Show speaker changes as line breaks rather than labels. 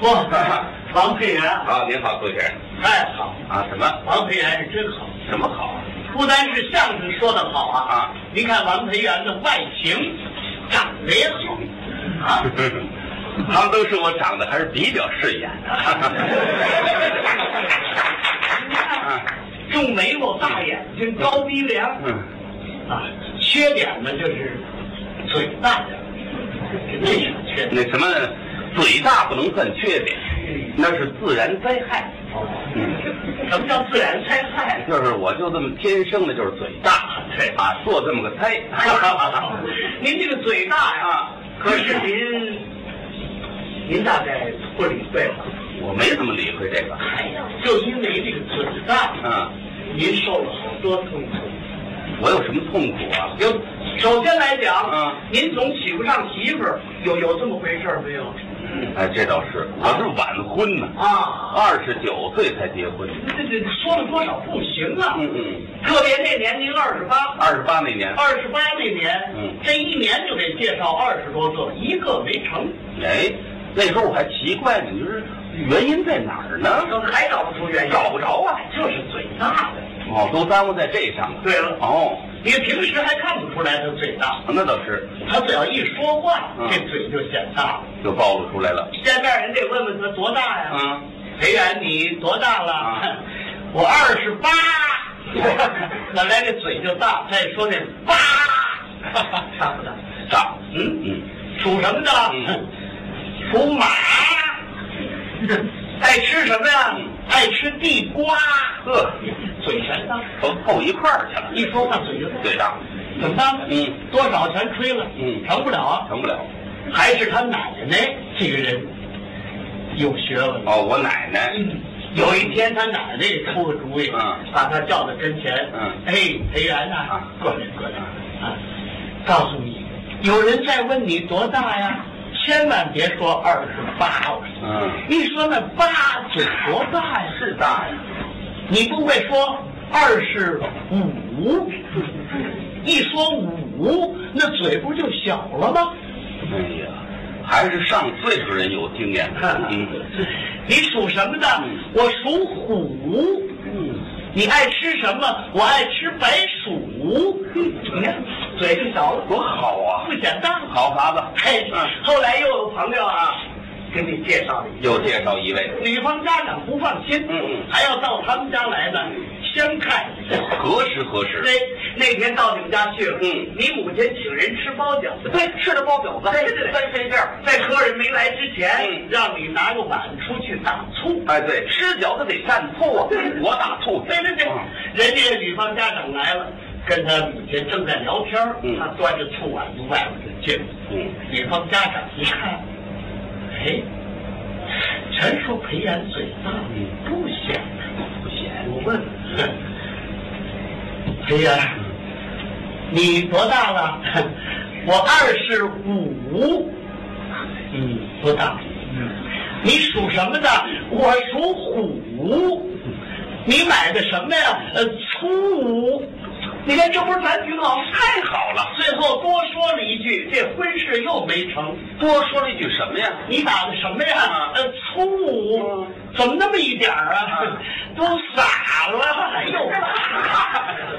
说，王佩元啊，
啊，您好，杜先生
太好，
啊，什么
王佩元是真好，
什么好 啊？
不单是相声说的好啊，
啊
您看王培元的外形，长得也好，啊，
他们都说我长得还是比较顺眼的。
你看
啊
重眉毛、大眼睛、高鼻梁
嗯，
啊，缺点呢就是嘴大点儿，这是缺点。
那什么，嘴大不能算缺点，那是自然灾害。嗯，
什么叫自然灾害？
就是我就这么天生的，就是嘴大，
对
啊，做这么个灾。
您这个嘴大呀
啊，
可是您，您大概不理会吧？
我没怎么理会这个。
哎呀，就因为这个嘴大，
嗯，
您受了好多痛苦。
我有什么痛苦啊？
有，首先来讲，
啊
您总娶不上媳妇儿，有有这么回事儿没有？
哎，这倒是，我是晚婚呢，
啊，
二十九岁才结婚。
这这说了多少不行啊！
嗯嗯，
特别那年您二十八，
二十八那年，
二十八那年，
嗯
这一年就得介绍二十多个，一个没成，
哎，那时候我还奇怪呢，就是原因在哪儿呢？
还嗯找不出原因，
找不着啊，
就是嘴大呗。
哦，都耽误在这上了。
对了
哦，
你平时还看不出来他嘴大，
那倒是，
他只要一说话，
嗯
这嘴就显大了。
就暴露出来了。
见面人得问问他多大呀？
啊，
裴元，你多大了？
啊
我二十八。本来这嘴就大，再说这八，大不大？
大，
嗯，
嗯，
属什么的？
嗯
属 马。爱吃什么呀
嗯？
爱吃地瓜。
呵，
嘴全大，
都凑一块儿去了。
一说话嘴就大。
对大，
怎么办？
嗯，
多少全吹了，
嗯
成不了啊。
成不了。
还是他奶奶这个人有学问。
哦，我奶奶，
嗯有一天他奶奶出个主意，
嗯
把他叫到跟前，
嗯
哎，裴元呐、
啊
过来过来，啊，告诉你，有人在问你多大呀，千万别说二十八了，
嗯，
一说那八嘴多大呀，是大呀，你不会说二十嗯五，一说五，那嘴不就小了吗？
哎呀，还是上岁数人有经验。嗯，
你属什么的？我属虎。
嗯，
你爱吃什么？我爱吃白薯。你看，嘴就小了，
多好啊
不，显大。
好孩子。
嘿，
嗯
后来又有朋友啊，给你介绍了一个。
又介绍一位，
女方家长不放心，
嗯嗯
还要到他们家来呢，相看一下。
何时何时？
那那天到你们家去了，
嗯
你母亲请人吃包饺子，
对，吃的包饺子，
对对对
三鲜馅儿。
在客人没来之前，
嗯
让你拿个碗出去打醋。
哎，对，吃饺子得蘸醋啊，我打醋。
对对对，
嗯
人家女方家长来了，跟他母亲正在聊天儿，
嗯
他端着醋碗从外边就进来。
嗯，
女方家长一看，哎，全说裴元嘴大
嗯，
不显。
不显
我问， 哎裴元，你多大了？ 我二十五。嗯，多大？嗯，你属什么的？我属虎。你买的什么呀？呃，粗。你看，这不是咱挺好？太
好了。
最后多说了一句，这婚事又没成。
多说了一句什么呀？
你打的什么呀
啊？
呃，粗武， 怎么那么一点儿啊
啊？
都傻了，哎呦！